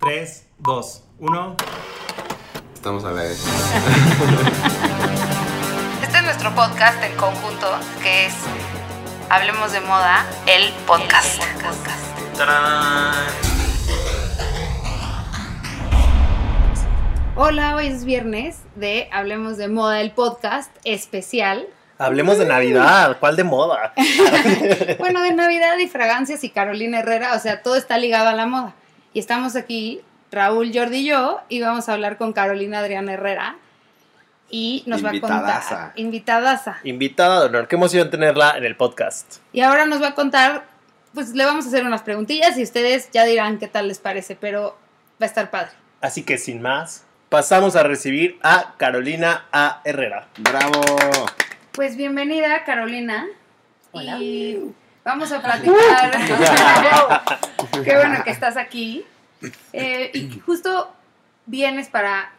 3, 2, 1. Estamos a la vez. Este es nuestro podcast en conjunto, que es Hablemos de Moda, el podcast. Hola, hoy es viernes de Hablemos de Moda, el podcast especial. Hablemos de Navidad, ¿cuál de moda? Bueno, de Navidad y fragancias y Carolina Herrera, o sea, todo está ligado a la moda. Y estamos aquí, Raúl, Jordi y yo, y vamos a hablar con Carolina Adriana Herrera. Y nos va a Invitadaza. contar. Invitadaza. Invitada de honor, qué emoción tenerla en el podcast. Y ahora nos va a contar, pues le vamos a hacer unas preguntillas y ustedes ya dirán qué tal les parece, pero va a estar padre. Así que sin más, pasamos a recibir a Carolina A. Herrera. ¡Bravo! Pues bienvenida, Carolina. Hola. Y vamos a platicar. Qué bueno que estás aquí. Eh, y justo vienes para,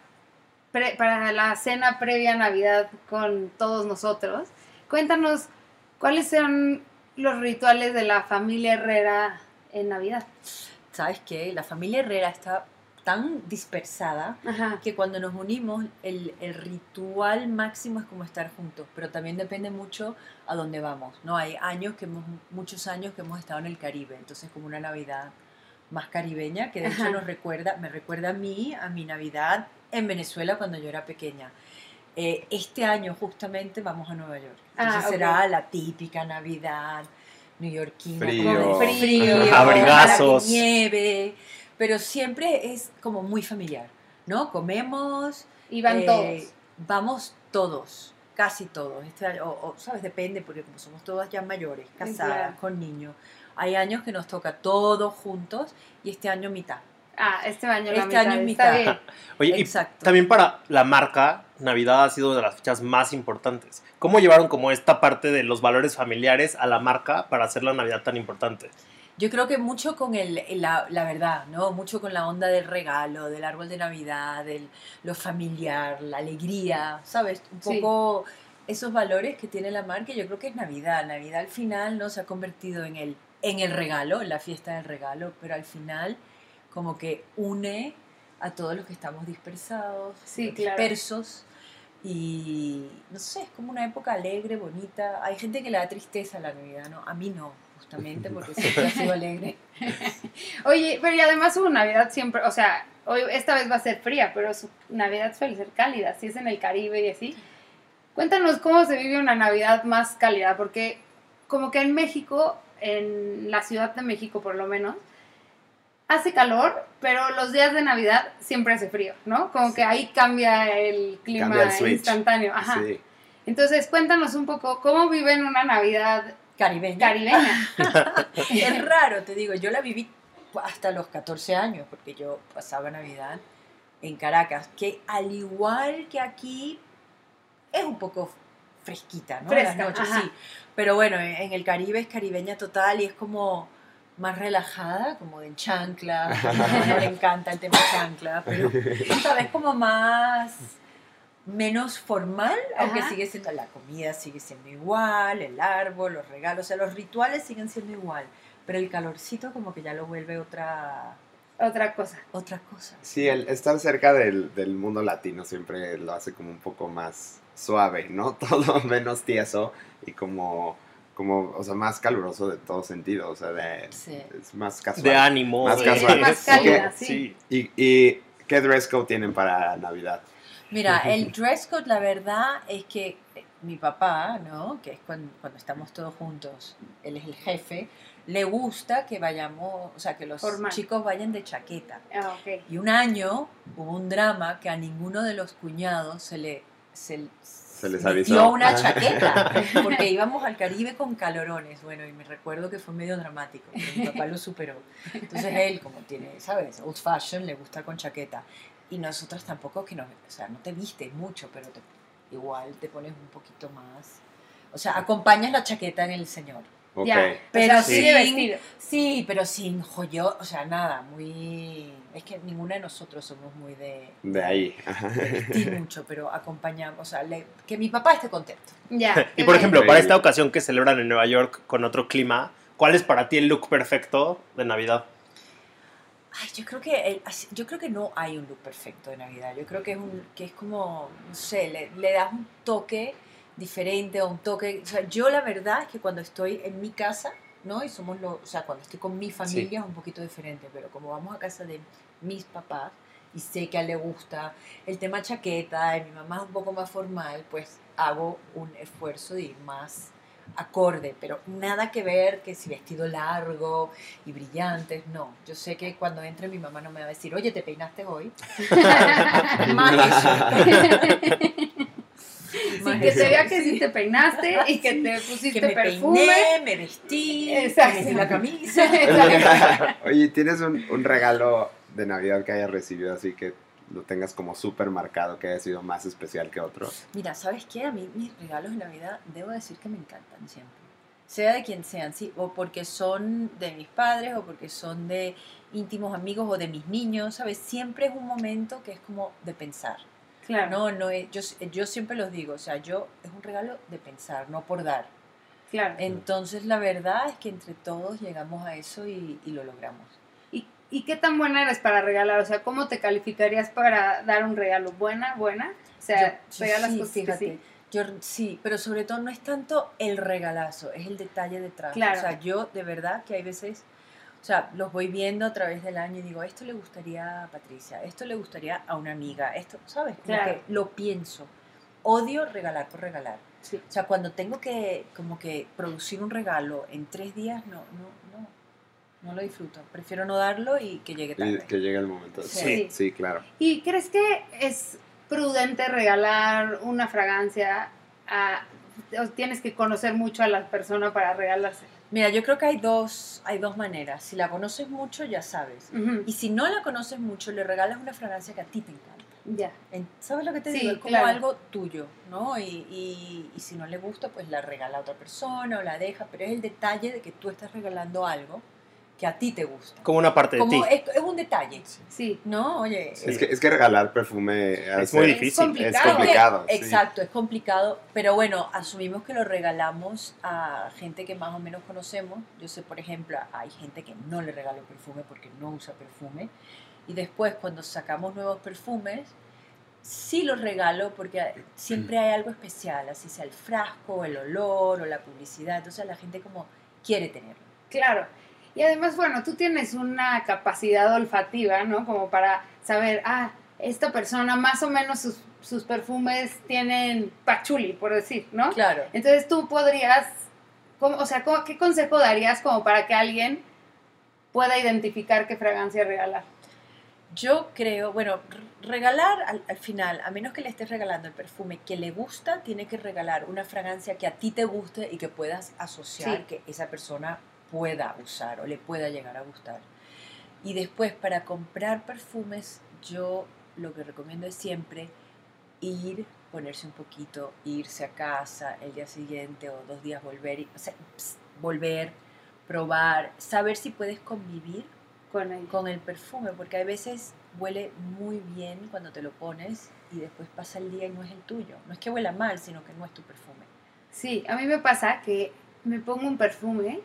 pre- para la cena previa a Navidad con todos nosotros. Cuéntanos, ¿cuáles son los rituales de la familia Herrera en Navidad? ¿Sabes qué? La familia Herrera está tan dispersada Ajá. que cuando nos unimos el, el ritual máximo es como estar juntos, pero también depende mucho a dónde vamos. No hay años que hemos, muchos años que hemos estado en el Caribe, entonces como una Navidad más caribeña que de hecho Ajá. nos recuerda, me recuerda a mí a mi Navidad en Venezuela cuando yo era pequeña. Eh, este año justamente vamos a Nueva York, Ah, entonces ok. será la típica Navidad neoyorquina, Frío. con el frío, Abrigazos. ojalá que nieve, pero siempre es como muy familiar, ¿no? Comemos, Y van eh, todos. Vamos todos, casi todos. Este año- o, o, ¿sabes? Depende, porque como somos todas ya mayores, casadas, Claro. con niños, hay años que nos toca todos juntos y este año mitad. Ah, este año la este mitad. año es está mitad. bien. Oye, y Exacto. también para la marca, Navidad ha sido una de las fechas más importantes. ¿Cómo llevaron como esta parte de los valores familiares a la marca para hacer la Navidad tan importante? Yo creo que mucho con el, la, la verdad, ¿no? Mucho con la onda del regalo, del árbol de Navidad, del, lo familiar, la alegría, ¿sabes? Un Sí. poco esos valores que tiene la marca, yo creo que es Navidad. Navidad al final no se ha convertido en el, en el regalo, en la fiesta del regalo, pero al final como que une a todos los que estamos dispersados, Sí, claro. dispersos. Y no sé, es como una época alegre, bonita. Hay gente que le da tristeza a la Navidad, ¿no? A mí no, justamente porque siempre ha sido alegre. Oye, pero y además su Navidad siempre, o sea, hoy esta vez va a ser fría, pero su Navidad suele ser cálida, si es en el Caribe y así. Cuéntanos cómo se vive una Navidad más cálida, porque como que en México, en la Ciudad de México por lo menos, hace calor, pero los días de Navidad siempre hace frío, ¿no? Como que ahí cambia el clima Cambia el switch. instantáneo. Ajá. Sí. Entonces, cuéntanos un poco cómo viven una Navidad Caribeña. caribeña. Es raro, te digo, yo la viví hasta los 14 años, porque yo pasaba Navidad en Caracas, que al igual que aquí es un poco fresquita, ¿no? Fresca, Las noches, ajá. sí. Pero bueno, en en el Caribe es caribeña total y es como más relajada, como de chancla. No le encanta el tema chancla, pero esta vez como más menos formal, aunque Ajá. sigue siendo la comida sigue siendo igual, el árbol, los regalos, o sea, los rituales siguen siendo igual, pero el calorcito como que ya lo vuelve otra Otra cosa. otra cosa. Sí, el estar cerca del, del mundo latino siempre lo hace como un poco más suave, ¿no? Todo menos tieso y como, como o sea, más caluroso de todo sentido, o sea, de, Sí. es más casual. De ánimo. Más de- casual. Más cálida, sí. ¿Y, y qué dress code tienen para Navidad? Mira, el dress code, la verdad es que eh, mi papá, ¿no? Que es cuando, cuando estamos todos juntos, él es el jefe, le gusta que vayamos, o sea, que los Formal. chicos vayan de chaqueta. Ah, ok. Y un año hubo un drama que a ninguno de los cuñados se le se, se les metió avisó. Ah. una chaqueta porque íbamos al Caribe con calorones. Bueno, y me recuerdo que fue medio dramático. pero Mi papá lo superó. Entonces él, como tiene, ¿sabes? Old fashion, le gusta con chaqueta. Y nosotras tampoco que no, o sea, no te vistes mucho, pero te- igual te pones un poquito más. O sea, acompañas la chaqueta en el señor. Ok. Ya. Pero sí. sin- vestido. Sí, pero sin joyo, o sea, nada, muy... Es que ninguna de nosotros somos muy de... De ahí. Ajá. vestir mucho, pero acompañamos, o sea, le- que mi papá esté contento. Ya. Y por qué bien. ejemplo, para esta ocasión que celebran en Nueva York con otro clima, ¿cuál es para ti el look perfecto de Navidad? Ay, yo creo que el- así- yo creo que no hay un look perfecto de Navidad. Yo creo que es un que es como, no sé, le, le das un toque diferente o un toque. O sea, yo la verdad es que cuando estoy en mi casa, ¿no? Y somos los, o sea, cuando estoy con mi familia es un poquito diferente, pero como vamos a casa de mis papás y sé que a él le gusta el tema chaqueta y mi mamá es un poco más formal, pues hago un esfuerzo de ir más acorde, pero nada que ver que si vestido largo, y brillantes, no. Yo sé que cuando entre mi mamá no me va a decir, oye, te peinaste hoy. Más eso. Sí, Más que eso. te vea que sí te peinaste y que te pusiste Que me perfume. peiné, me vestí, Exacto. me puse la camisa. Oye, ¿tienes un, un regalo de Navidad que hayas recibido así que lo tengas como súper marcado, que haya sido más especial que otro? Mira, ¿sabes qué? A mí mis regalos de Navidad, debo decir que me encantan siempre. Sea de quien sean, sí, o porque son de mis padres, o porque son de íntimos amigos, o de mis niños, ¿sabes? Siempre es un momento que es como de pensar. Claro, No, no, es- yo, yo siempre los digo, o sea, yo es un regalo de pensar, no por dar. claro. Entonces la verdad es que entre todos llegamos a eso y, y lo logramos. ¿Y, y qué tan buena eres para regalar? O sea, ¿cómo te calificarías para dar un regalo? ¿Buena, buena? O sea, Yo- regalas sí, cosas que fíjate, sí. Yo, sí, pero sobre todo no es tanto el regalazo, es el detalle detrás. Claro. O sea, yo de verdad que hay veces, o sea, los voy viendo a través del año y digo, esto le gustaría a Patricia, esto le gustaría a una amiga, esto, ¿sabes? Como Claro. que lo pienso. Odio regalar por regalar. Sí. O sea, cuando tengo que como que producir un regalo en tres días, no, no, no, no lo disfruto. Prefiero no darlo y que llegue Y tarde. que llegue el momento. Sí. Sí, claro. ¿Y crees que es prudente regalar una fragancia a... o tienes que conocer mucho a la persona para regalarse? Mira, yo creo que hay dos, hay dos maneras. Si la conoces mucho, ya sabes. Ujú, Y si no la conoces mucho, le regalas una fragancia que a ti te encanta. Ya. En- ¿Sabes lo que te Sí, digo? Es como claro. algo tuyo, ¿no? Y, y- y si no le gusta, pues la regala a otra persona o la deja. Pero es el detalle de que tú estás regalando algo que a ti te gusta. Como una parte de ti. Como es, es un detalle, Sí. ¿no? Oye, Sí. Es, que, es que regalar perfume hace- muy difícil. Es complicado. complicado. sí. Exacto, es complicado, pero bueno, asumimos que lo regalamos a gente que más o menos conocemos. Yo sé, por ejemplo, hay gente que no le regalo perfume porque no usa perfume. Y después, cuando sacamos nuevos perfumes, sí los regalo porque siempre hay algo especial, así sea el frasco, el olor o la publicidad. Entonces la gente como quiere tenerlo. Claro. Y además, bueno, tú tienes una capacidad olfativa, ¿no? Como para saber, ah, esta persona más o menos sus, sus perfumes tienen pachuli, por decir, ¿no? Claro. Entonces tú podrías, ¿cómo- o sea, ¿cómo- ¿qué consejo darías como para que alguien pueda identificar qué fragancia regalar? Yo creo, bueno, r- regalar al, al final, a menos que le estés regalando el perfume que le gusta, tiene que regalar una fragancia que a ti te guste y que puedas asociar Sí. que esa persona pueda usar o le pueda llegar a gustar. Y después, para comprar perfumes, yo lo que recomiendo es siempre ir, ponerse un poquito, irse a casa el día siguiente o dos días volver, y- o sea, ps, volver, probar, saber si puedes convivir Con el, con el perfume, porque hay veces huele muy bien cuando te lo pones y después pasa el día y no es el tuyo. No es que huela mal, sino que no es tu perfume. Sí, a mí me pasa que me pongo un perfume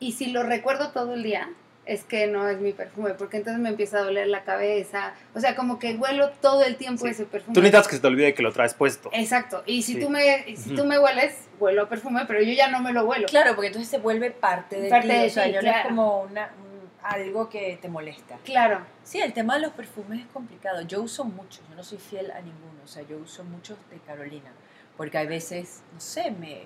y si lo recuerdo todo el día, es que no es mi perfume, porque entonces me empieza a doler la cabeza, o sea, como que huelo todo el tiempo Sí. ese perfume. Tú necesitas que se te olvide que lo traes puesto. Exacto, y si, Sí. tú, me, y si tú Ujú. me hueles, huelo a perfume, pero yo ya no me lo huelo. Claro, porque entonces se vuelve parte de Parte ti, de o sea, ti, ya no es claro. como una- un- algo que te molesta. Claro, Sí, el tema de los perfumes es complicado. Yo uso muchos, yo no soy fiel a ninguno, o sea, yo uso muchos de Carolina, porque hay veces, no sé, me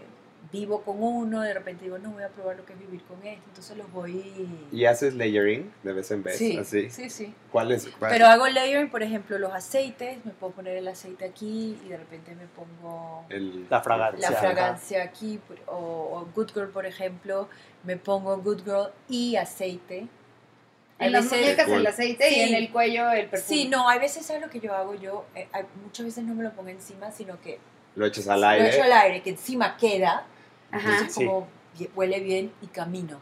vivo con uno, de repente digo, no voy a probar lo que es vivir con este, entonces los voy... ¿Y haces layering de vez en vez? así? sí, sí. ¿Cuál es? cuál- Pero hago layering, por ejemplo, los aceites, me puedo poner el aceite aquí y de repente me pongo el- La fragancia. la Sí, ajá. fragancia aquí, por- o, o Good Girl, por ejemplo, me pongo Good Girl y aceite. Hay en las veces- muñecas Cool. el aceite y Sí. en el cuello el perfume. Sí, no, hay veces, ¿sabes lo que yo hago? Yo eh, hay- muchas veces no me lo pongo encima, sino que Lo echas al lo echo aire. al aire, que encima queda, Ajá. entonces Sí. como huele bien y camino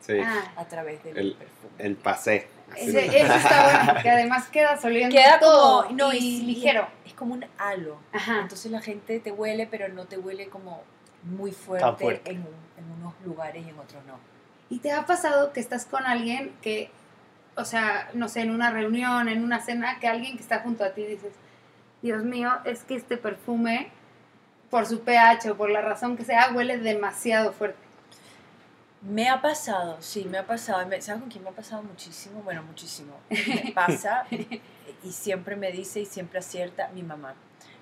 Sí. Ah, a través del El- perfume. El pasé. así. ese, eso está bueno, porque además queda soliendo Queda todo como- no, y y- ligero. es como un halo. Ajá. Ah, Entonces la gente te huele, pero no te huele como muy fuerte, Tan fuerte. En, un- en unos lugares y en otros no. ¿Y te ha pasado que estás con alguien que, o sea, no sé, en una reunión, en una cena, que alguien que está junto a ti dices, Dios mío, es que este perfume, por su pH o por la razón que sea, huele demasiado fuerte. Me ha pasado, sí, me ha pasado. Me- ¿Sabes con quién me ha pasado muchísimo? Bueno, muchísimo. Me pasa y siempre me dice y siempre acierta mi mamá.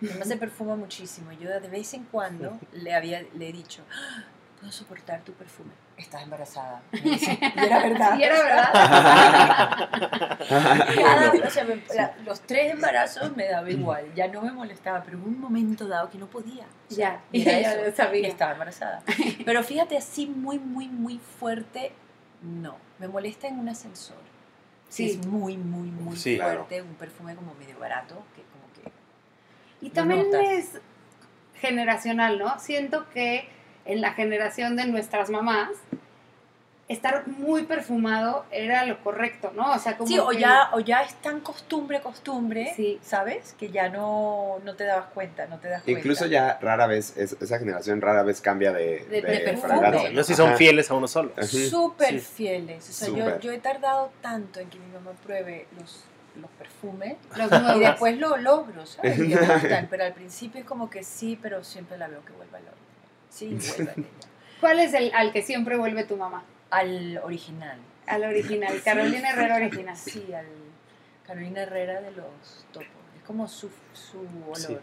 Mi mamá se perfuma muchísimo. Yo de vez en cuando le, había, le he dicho, "Ah, no puedo soportar tu perfume. Estás embarazada. Me dice, Y era verdad. Y era verdad. Cada- o sea, me- la- los tres embarazos me daba igual. Ya no me molestaba, pero hubo un momento dado que no podía. O sea, ya, y era ya eso. lo Y sabía. estaba embarazada. Pero fíjate, así muy, muy, muy fuerte, no. Me molesta en un ascensor. Sí. Sí. Es muy, muy, muy Sí. fuerte. Un perfume como medio barato, que como que... Y Lo también notas. es generacional, ¿no? Siento que en la generación de nuestras mamás, estar muy perfumado era lo correcto, ¿no? O sea, como Sí, o que- ya, o ya es tan costumbre, costumbre, Sí. ¿sabes? Que ya no, no te dabas cuenta, no te das cuenta. Incluso ya rara vez, es- esa generación rara vez cambia de, De- de perfume. fragancia. No sé si son Ajá. fieles a uno solo. Ajá. Súper Sí. fieles. O sea, yo, Súper. yo he tardado tanto en que mi mamá pruebe los, los perfumes Los y nuevos. después lo logro, ¿sabes? Y me gustan, pero al principio es como que sí, pero siempre la veo que vuelva al orden. Sí, vuelva al orden. ¿Cuál es el al que siempre vuelve tu mamá? Al original. Al original, Carolina Herrera original. Sí, al Carolina Herrera de los topos. Es como su, su olor. Sí.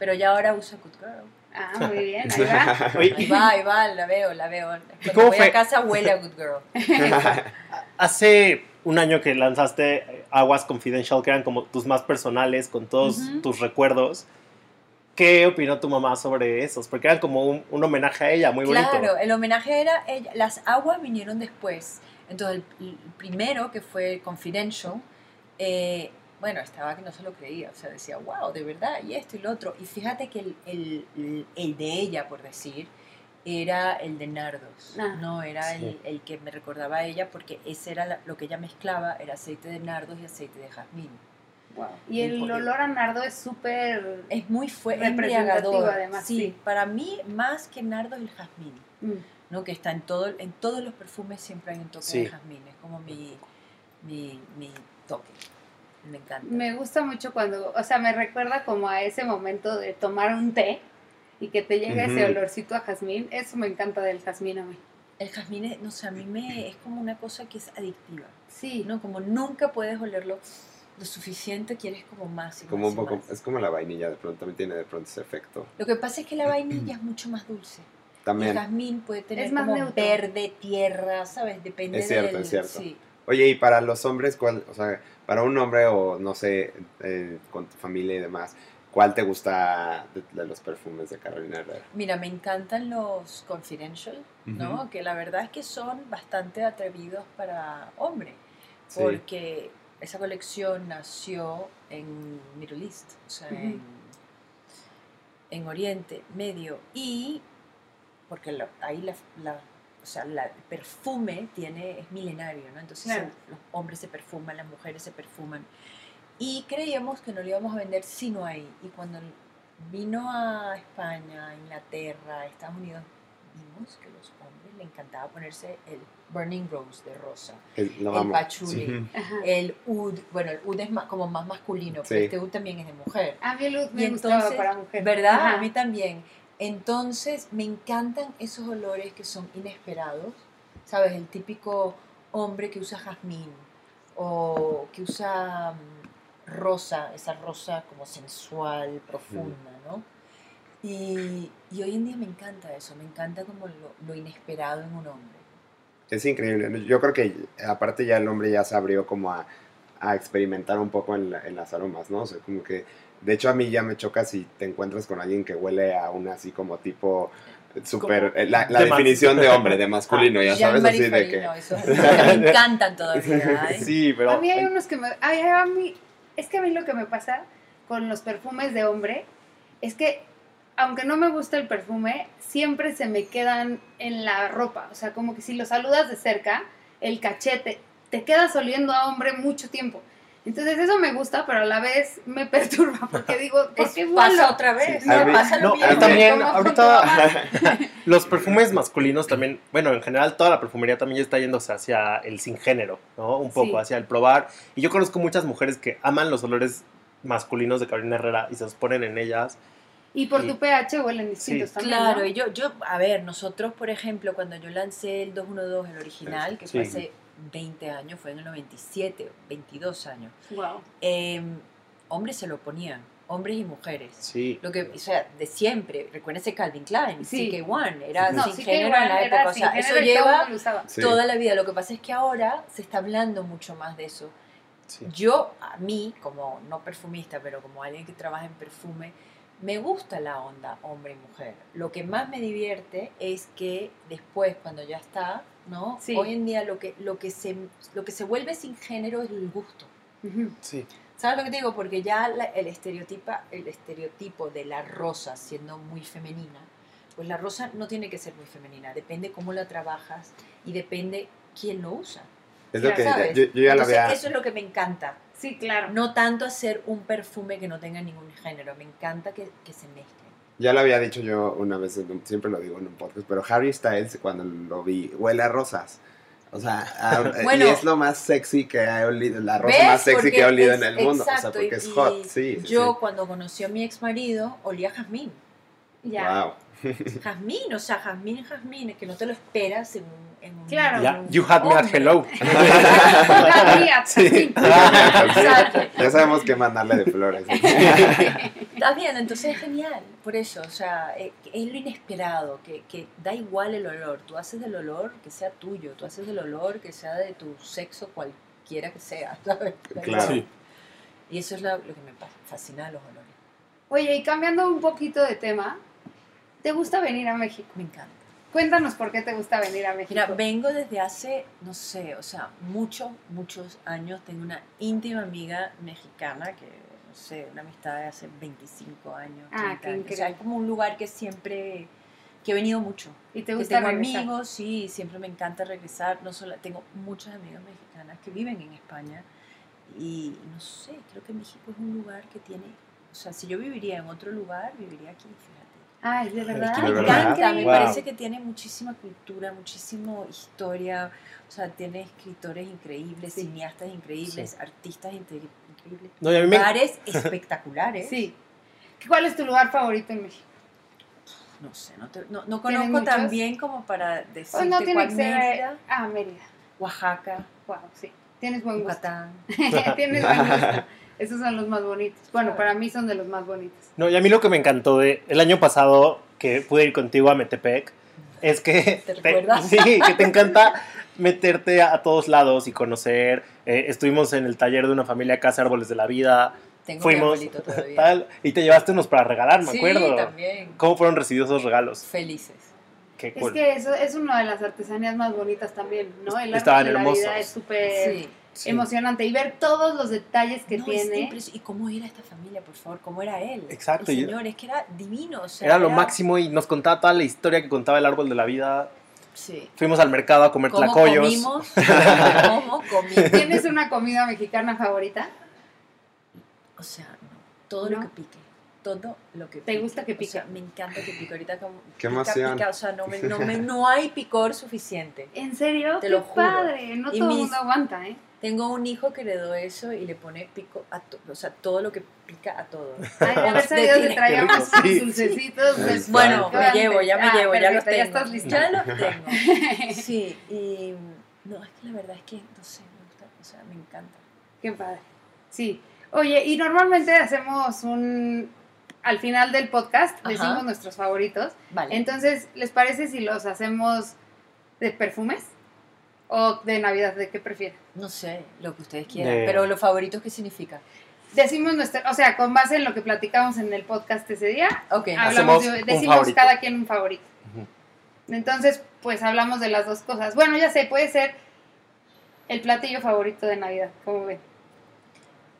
Pero ya ahora usa Good Girl. Ah, muy bien, ahí va. Oye, Ahí va, ahí va, la veo, la veo. Cuando cómo voy fue? a casa huele a Good Girl. hace un año que lanzaste eh, Aguas Confidential, que eran como tus más personales, con todos Ujú. tus recuerdos. ¿Qué opinó tu mamá sobre esos? Porque eran como un, un homenaje a ella, muy bonito. Claro, el homenaje era ella. Las aguas vinieron después. Entonces, el, el primero, que fue Confidential, eh, bueno, estaba que no se lo creía. O sea, decía, wow, de verdad, y esto y lo otro. Y fíjate que el, el- el de ella, por decir, era el de Nardos. Ah. No, era Sí. el, el que me recordaba a ella porque ese era la- lo que ella mezclaba, era aceite de Nardos y aceite de jazmín. Y el olor a nardo es súper... eh, Es muy fuerte, Representativo, embriagador. además, sí, sí. para mí, más que Nardos, el jazmín. Mm. ¿no? que está en todo en todos los perfumes siempre hay un toque Sí. de jazmín es como mi, mi, mi toque me encanta Me gusta mucho cuando, o sea, me recuerda como a ese momento de tomar un té y que te llega ese Ujú. olorcito a jazmín. Eso me encanta del jazmín a mí. el jazmín es, no sé a mí me es como una cosa que es adictiva Sí, no como nunca puedes olerlo lo suficiente quieres como más y Como un más y poco, más. es como la vainilla, de pronto también tiene de pronto ese efecto. lo que pasa es que la vainilla es mucho más dulce el También. jazmín puede tener Es más como neutro. verde tierra sabes depende Es cierto, del es cierto. sí. Oye, y para los hombres, ¿cuál, o sea, para un hombre o no sé, eh, con tu familia y demás, ¿cuál te gusta de, de los perfumes de Carolina Herrera? Mira, me encantan los confidential, ¿no? Ujú. Que la verdad es que son bastante atrevidos para hombre, Sí. porque esa colección nació en Middle East, o sea, Ujú. en, en Oriente Medio, y porque lo- ahí la, la- o sea, la- el perfume tiene, es milenario, ¿no? Entonces Claro. se- los hombres se perfuman, las mujeres se perfuman. Y creíamos que no lo íbamos a vender sino ahí. Y cuando vino a España, a Inglaterra, a Estados Unidos, vimos que a los hombres le encantaba ponerse el Burning Rose de rosa, El- lo el amo. pachuli, Ujú. ajá. el oud. Bueno, el oud es más, como más masculino, pero Sí. este oud también es de mujer. A mí el oud me Y gustaba entonces, para mujer. ¿Verdad? Ajá. A mí también. Entonces, me encantan esos olores que son inesperados. ¿Sabes? El típico hombre que usa jazmín o que usa mm, rosa, esa rosa como sensual, profunda, ¿no? Y, y hoy en día me encanta eso, me encanta como lo, lo inesperado en un hombre. Es increíble. Yo creo que aparte ya el hombre ya se abrió como a, a experimentar un poco en, la- en las aromas, ¿no? O sea, como que, de hecho a mí ya me choca si te encuentras con alguien que huele a una así como tipo súper... eh, La, la De mas- definición de hombre, de masculino, ya sabes, Jean-Marie así de que... Farino, esos olores me encantan todavía. ¿eh? Sí, pero... A mí hay unos que me... ay, a mí- es que a mí lo que me pasa con los perfumes de hombre es que, aunque no me gusta el perfume, siempre se me quedan en la ropa. O sea, como que si lo saludas de cerca, el cachete, te quedas oliendo a hombre mucho tiempo. Entonces eso me gusta, pero a la vez me perturba porque digo, ¿por Es, qué pasa huelo? otra vez. Sí, a mí- No, pasa lo No, mismo. y también ¿Cómo ahorita los perfumes masculinos también, bueno, en general toda la perfumería también ya está yéndose hacia el sin género, ¿no? Un poco, Sí. hacia el probar. Y yo conozco muchas mujeres que aman los olores masculinos de Carolina Herrera y se los ponen en ellas. Y por Sí. tu pH huelen distintos también. Claro, ¿no? y yo, yo, a ver, nosotros, por ejemplo, cuando yo lancé el 212, el original, que fue Sí. hace 20 años, fue en el 97, 22 años, Wow. eh, hombres se lo ponían, hombres y mujeres. Sí. Lo que, o sea, de siempre, recuérdense Calvin Klein, Sí. CK1, era No, sin sí que género en igual la era época, o sin sea, eso género y todo el lleva mundo lo usaba. Sí. toda la vida. Lo que pasa es que ahora se está hablando mucho más de eso. sí. Yo, a mí, como no perfumista, pero como alguien que trabaja en perfume, me gusta la onda hombre y mujer. Lo que más me divierte es que después, cuando ya está, ¿no? Sí. Hoy en día lo que, lo, que se, lo que se vuelve sin género es el gusto. Ujú. Sí. ¿Sabes lo que te digo? Porque ya la- el, estereotipa, el estereotipo de la rosa siendo muy femenina, pues la rosa no tiene que ser muy femenina, depende cómo la trabajas y depende quién lo usa. Es lo Ya que ¿sabes? yo, yo ya lo Entonces, había. Eso es lo que me encanta. Sí, claro. No tanto hacer un perfume que no tenga ningún género. Me encanta que, que se mezclen. Ya lo había dicho yo una vez, en- siempre lo digo en un podcast, pero Harry Styles cuando lo vi huele a rosas. O sea, a- eh, Bueno. y es lo más sexy que ha olido, la rosa ¿Ves? más sexy Porque que ha olido es- en el mundo. O sea, exacto, porque es y- hot, y sí. sí, Yo cuando conocí a mi ex marido olía a jazmín. sí. Ya. Wow. Jazmín, o sea, jazmín, jazmín, es que no te lo esperas en un... en un- Claro. Ya, you had me at hombre. hello. Una mía, Sí. sí. Exacto. Ya sabemos qué mandarle de flores. Estás viendo, entonces es genial. Por eso, o sea, eh, es lo inesperado, que, que da igual el olor. Tú haces del olor que sea tuyo, tú haces del olor que sea de tu sexo, cualquiera que sea, ¿sabes? Da Claro. igual. Sí. Y eso es lo, lo que me pa- fascina de los olores. Oye, y cambiando un poquito de tema, ¿te gusta venir a México? Me encanta. Cuéntanos por qué te gusta venir a México. Mira, vengo desde hace, no sé, o sea, muchos, muchos años. Tengo una íntima amiga mexicana que, no sé, una amistad de hace 25 años. Ah, 30 qué años. O sea, increíble. es como un lugar que siempre, que he venido mucho. y te que gusta tengo regresar. amigos, sí, siempre me encanta regresar. No solo, tengo muchas amigas mexicanas que viven en España y no sé, creo que México es un lugar que tiene, o sea, si yo viviría en otro lugar, viviría aquí, fíjate. Ay, de verdad. Ay, de Me verdad. encanta, me Increíble. Wow. parece que tiene muchísima cultura, muchísima historia, o sea, tiene escritores increíbles, Sí. cineastas increíbles, artistas inte- increíbles, No, y a mí me, bares espectaculares. Sí. ¿Cuál es tu lugar favorito en México? No sé, no, te- no, no ¿Tienen conozco tan muchos? bien como para Pues decirte no tiene cuál que ser. Mérida, Ah, Mérida. Oaxaca, Wow, sí. Tienes buen gusto. Yucatán. Tienes buen gusto. Esos son los más bonitos. Bueno, Claro. para mí son de los más bonitos. No, y a mí lo que me encantó de el año pasado que pude ir contigo a Metepec es que ¿Te recuerdas? sí, que te encanta meterte a, a todos lados y conocer. Eh, estuvimos en el taller de una familia que hace árboles de la vida, Tengo mi fuimos abuelito todavía. tal y te llevaste unos para regalar, me sí, acuerdo. también. ¿Cómo fueron recibidos esos regalos? Felices. Qué Es cool. que eso es una de las artesanías más bonitas también, ¿no? El Estaban árbol de la hermosos. vida es súper Sí. Sí. emocionante. Y ver todos los detalles que No, es Eh, tiene. impresionante. y cómo era esta familia, por favor, cómo era él. Exacto, El y- señor, es que era divino. o sea, Era lo máximo y nos contaba toda la historia que contaba el árbol de la vida. Sí. Fuimos al mercado a comer ¿Cómo tlacoyos. comimos? ¿Cómo comimos? ¿Tienes una comida mexicana favorita? O sea, no, todo lo ¿No? que pique. Todo lo que ¿Te gusta que O sea, pique? me encanta que pique. Ahorita como Qué pica, emoción. pica, o sea, no, me- no, me- no hay picor suficiente. ¿En serio? Te Qué lo juro. padre. No Y todo el mis- mundo aguanta, ¿eh? Tengo un hijo que heredó eso y le pone pico a todo. O sea, todo lo que pica a todo. Ay, de haber De sabido ti. te traía Qué rico, más sí. dulcecitos. de- Sí. Bueno, me Antes. llevo, ya me Pues, Ah, llevo, ya los perfecto, ya estás tengo. lista. Ya los tengo. Sí, y no, es que la verdad es que, no sé, me gusta, o sea, me encanta. Qué padre. Sí. Oye, y normalmente hacemos un... Al final del podcast Ajá. decimos nuestros favoritos. Vale. Entonces, ¿les parece si los hacemos de perfumes? ¿O de Navidad? ¿De qué prefieren? no sé, lo que ustedes quieran, De- pero los favoritos, ¿qué significa? Decimos nuestro... O sea, con base en lo que platicamos en el podcast ese día, Ok, hablamos Hacemos de- un decimos favorito. cada quien un favorito. Ujú. Entonces, pues hablamos de las dos cosas. Bueno, ya sé, puede ser el platillo favorito de Navidad, como ven.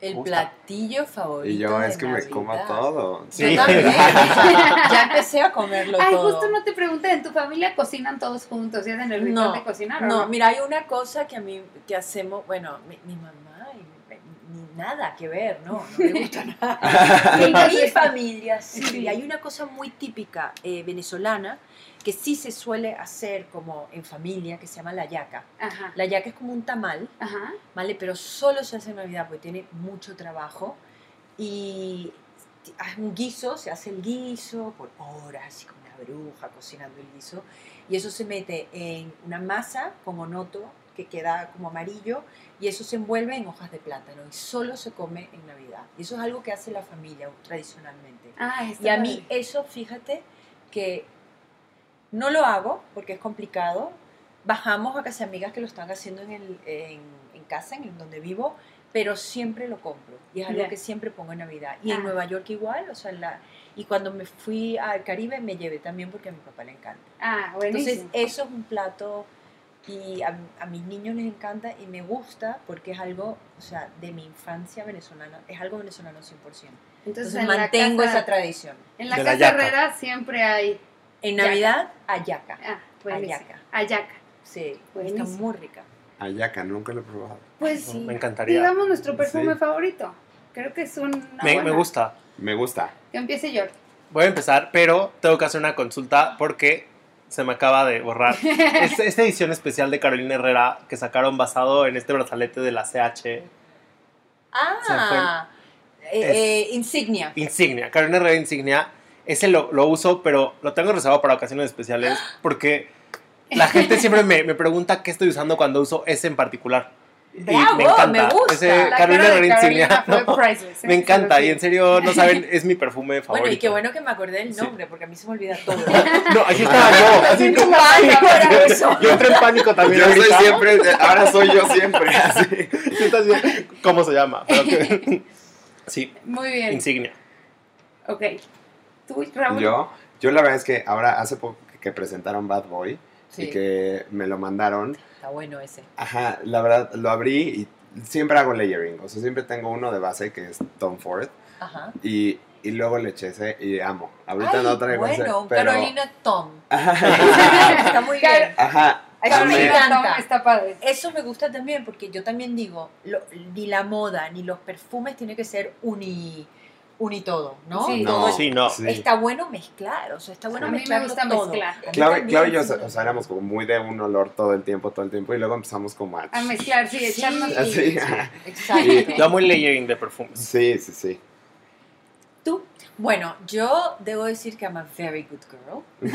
el Gusta. platillo favorito. y yo de es que me Navidad. como todo. Sí. Yo también, o sea, ya empecé a comerlo Ay, todo. justo no te pregunté, ¿en tu familia cocinan todos juntos? ¿Y hacen el ritual No, de cocinar? o No, mira, hay una cosa que a mí, que hacemos, bueno, mi, mi mamá y mi, mi- mi nada que ver, no, no me gusta nada. en mi familia sí, hay una cosa muy típica eh, venezolana que sí se suele hacer como en familia, que se llama la yaca. Ajá. La yaca es como un tamal, Ajá. ¿vale? Pero solo se hace en Navidad porque tiene mucho trabajo y t- haz un guiso, se hace el guiso por horas, y con una bruja cocinando el guiso y eso se mete en una masa con onoto que queda como amarillo y eso se envuelve en hojas de plátano y solo se come en Navidad. Y eso es algo que hace la familia tradicionalmente. Ah, está Y a mí padre. eso, fíjate, que no lo hago porque es complicado. Bajamos a casa de amigas que lo están haciendo en, el- en, en casa, en donde vivo, pero siempre lo compro. Y es algo Ya. que siempre pongo en Navidad. Y en Ah. Nueva York igual, o sea, la, y cuando me fui al Caribe me llevé también porque a mi papá le encanta. Ah, Entonces, eh, buenísimo. eso es un plato y a, a mis niños les encanta y me gusta porque es algo, o sea, de mi infancia venezolana, es algo venezolano 100%. Entonces, en la mantengo casa- esa tradición. En la de la casa yaca. Herrera siempre hay En Yaca. Navidad, ayaca. ah, buenísimo. Ayaca. Ayaca. Sí, Buenísimo. está muy rica. Ayaca, nunca lo he probado. Pues sí. Me encantaría. Digamos nuestro perfume Sí. favorito. Creo que es un. Me- me gusta. Me gusta. Que empiece George. Voy a empezar, pero tengo que hacer una consulta porque se me acaba de borrar. Es- esta edición especial de Carolina Herrera que sacaron basado en este brazalete de la CH Ah, Es- eh, eh, insignia. Insignia. Carolina Herrera Insignia. Ese lo, lo uso, pero lo tengo reservado para ocasiones especiales porque la gente siempre me, me pregunta qué estoy usando cuando uso ese en particular. Y Bravo, me gusta. Ese La La Carolina cara de Herrera Insignia. Carolina fue ¿no? priceless, ¿eh? Me encanta Se y los en serio no saben, es mi perfume favorito. Bueno, y qué bueno que me acordé el Sí. nombre porque a mí se me olvida todo. No, aquí estaba yo. Me así siento como- mal ahora eso. yo entré en pánico también. Yo soy ahorita. siempre, ahora soy yo siempre. así. Sí, está así, ¿Cómo se llama? Pero que- sí, digo. Muy bien. insignia. Ok. ¿Tú, Raúl? Yo, yo la verdad es que ahora hace poco que presentaron Bad Boy y Sí, que me lo mandaron, está bueno ese. Ajá, la verdad, lo abrí y siempre hago layering. O sea, siempre tengo uno de base que es Tom Ford Ajá. y, y luego le eché ese y amo. Ahorita Ay, no traigo bueno, ese, un pero... Carolina Tom. Ajá, está muy Car- bien. ajá, Eso me amé. Carolina Tom encanta. Está padre. Eso me gusta también porque yo también digo, lo- ni la moda ni los perfumes tiene que ser uni, uni todo, ¿no? Sí. Todo es- Sí, no. Sí. Está bueno mezclar, o sea, está bueno A mí me mezclar gusta todo. mezclar. A mí Clau, también, Clau y yo, sí. o sea, éramos como muy de un olor todo el tiempo, todo el tiempo, y luego empezamos como a... A mezclar, Ah, sí, Sí. echarnos. Así. Ah. Exacto. Yo amo el layering de perfumes. Sí, sí, sí. ¿Tú? Bueno, yo debo decir que I'm a very good girl.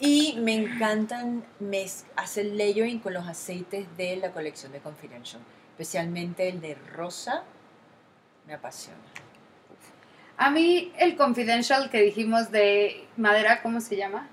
y me encantan mez- hacer layering con los aceites de la colección de Confidential. Especialmente el de rosa. Me apasiona. A mí, el confidential que dijimos de madera, ¿cómo se llama?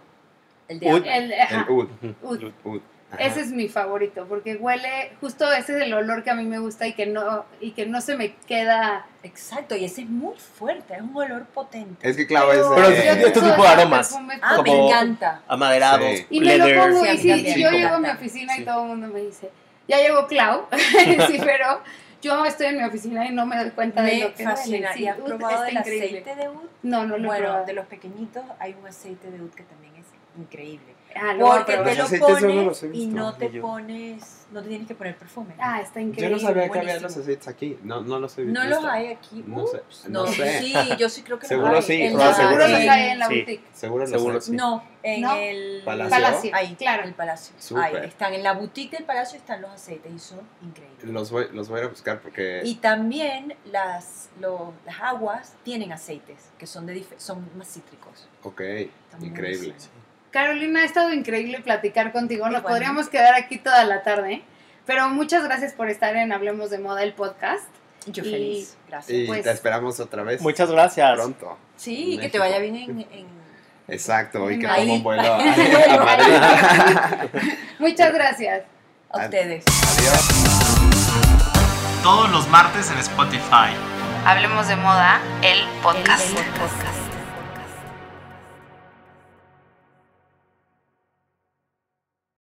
El de Uy. Apple. El, eh, ajá, El oud. oud. oud, ajá. Ese es mi favorito, porque huele, justo ese es el olor que a mí me gusta y que no, y que no se me queda. Exacto, y ese es muy fuerte, es un olor potente. Es que Clau es... Pero de- sí, yo este uso tipo de esos aromas. perfumes Ah, porque- me Como- encanta. Amaderados, Sí. Y me lo leather. pongo Sí, a y mí sí, también. yo Sí, llego a mi como- oficina y sí. todo el mundo me dice, ya llegó Clau, sí, pero yo estoy en mi oficina y no me doy cuenta de Me lo que fascina. fascina. ¿Y has probado el aceite de oud? No, no lo he Bueno, probado. de los pequeñitos hay un aceite de oud que también es increíble. Ah, lo voy a Porque probar. te Los lo aceites yo no pones los he y visto. no te Ni yo. pones, no te tienes que poner perfume. Ah, está Yo increíble. no sabía que había buenísimo. los aceites aquí. No, no los he visto. no los hay aquí. No sé, Ups, no sé. Sí, yo sí creo que Seguro los sí, hay. En o la- sea, seguro sí. los hay en la Sí. boutique. Seguro los Seguro hay. sí. No, en No. el Palacio. Palacio, Ahí, claro. El palacio. Súper. Ahí están en la boutique del palacio están los aceites y son increíbles. Los voy, los voy a ir a buscar porque... Y también las, lo- las aguas tienen aceites que son, de dif- son más cítricos. Ok, Están increíble. buenísimos. Carolina, ha estado increíble platicar contigo. Nos Igualmente. podríamos quedar aquí toda la tarde. Pero muchas gracias por estar en Hablemos de Moda, el podcast. Yo Y- feliz, gracias. Y Pues- te esperamos otra vez. Muchas gracias. Pronto. sí, y que te México. vaya bien en... en- Exacto, y que Ahí. tome un vuelo a, a Ahí. Madrid. Muchas gracias. a ustedes. Adiós. Todos los martes en Spotify. Hablemos de moda, el podcast. El- el podcast.